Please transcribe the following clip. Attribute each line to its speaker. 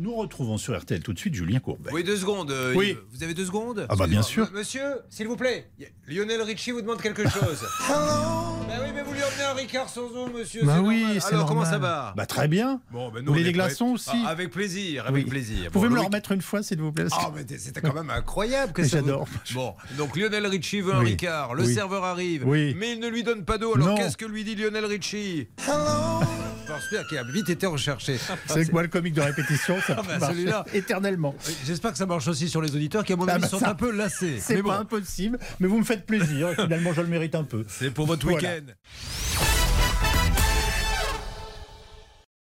Speaker 1: Nous retrouvons sur RTL tout de suite Julien Courbet.
Speaker 2: Oui, deux secondes. euh,
Speaker 1: Oui.
Speaker 2: Yves. Vous avez deux secondes
Speaker 1: Ah bah, bien
Speaker 2: Excusez-moi.
Speaker 1: sûr.
Speaker 2: Monsieur, s'il vous plaît, y- Lionel Richie vous demande quelque chose. Bah oui, mais vous lui emmenez un Ricard sans eau, monsieur.
Speaker 3: Bah
Speaker 2: c'est
Speaker 3: oui,
Speaker 2: normal.
Speaker 3: c'est
Speaker 2: Alors, comment
Speaker 3: normal.
Speaker 2: ça va
Speaker 1: Bah, très bien.
Speaker 2: Bon, ben
Speaker 1: Vous voulez des glaçons aussi
Speaker 2: Avec plaisir, avec
Speaker 1: Oui.
Speaker 2: plaisir.
Speaker 1: Vous pouvez
Speaker 2: Bon,
Speaker 1: me le
Speaker 2: Loïc-
Speaker 1: remettre une fois, s'il vous plaît parce que-
Speaker 2: Ah, mais t'es- c'était quand même incroyable que
Speaker 1: Mais
Speaker 2: ça vous-
Speaker 1: J'adore.
Speaker 2: Bon, donc Lionel Richie veut un
Speaker 1: Oui.
Speaker 2: Ricard, le
Speaker 1: Oui.
Speaker 2: serveur arrive,
Speaker 1: Oui.
Speaker 2: mais il ne lui donne pas d'eau, alors
Speaker 1: Non.
Speaker 2: qu'est-ce que lui dit Lionel Richie Je pense bien qu'il a vite été recherché.
Speaker 1: C'est que moi, le comique de répétition, ça
Speaker 2: bah,
Speaker 1: marche
Speaker 2: celui-là.
Speaker 1: éternellement.
Speaker 2: J'espère que ça marche aussi sur les auditeurs qui, à mon
Speaker 1: Ah
Speaker 2: avis,
Speaker 1: bah
Speaker 2: sont
Speaker 1: ça-
Speaker 2: un peu lassés.
Speaker 1: C'est
Speaker 2: Mais
Speaker 1: pas
Speaker 2: bon,
Speaker 1: impossible, mais vous me faites plaisir. et Finalement, je le mérite un peu.
Speaker 2: c'est pour votre
Speaker 1: Voilà.
Speaker 2: week-end.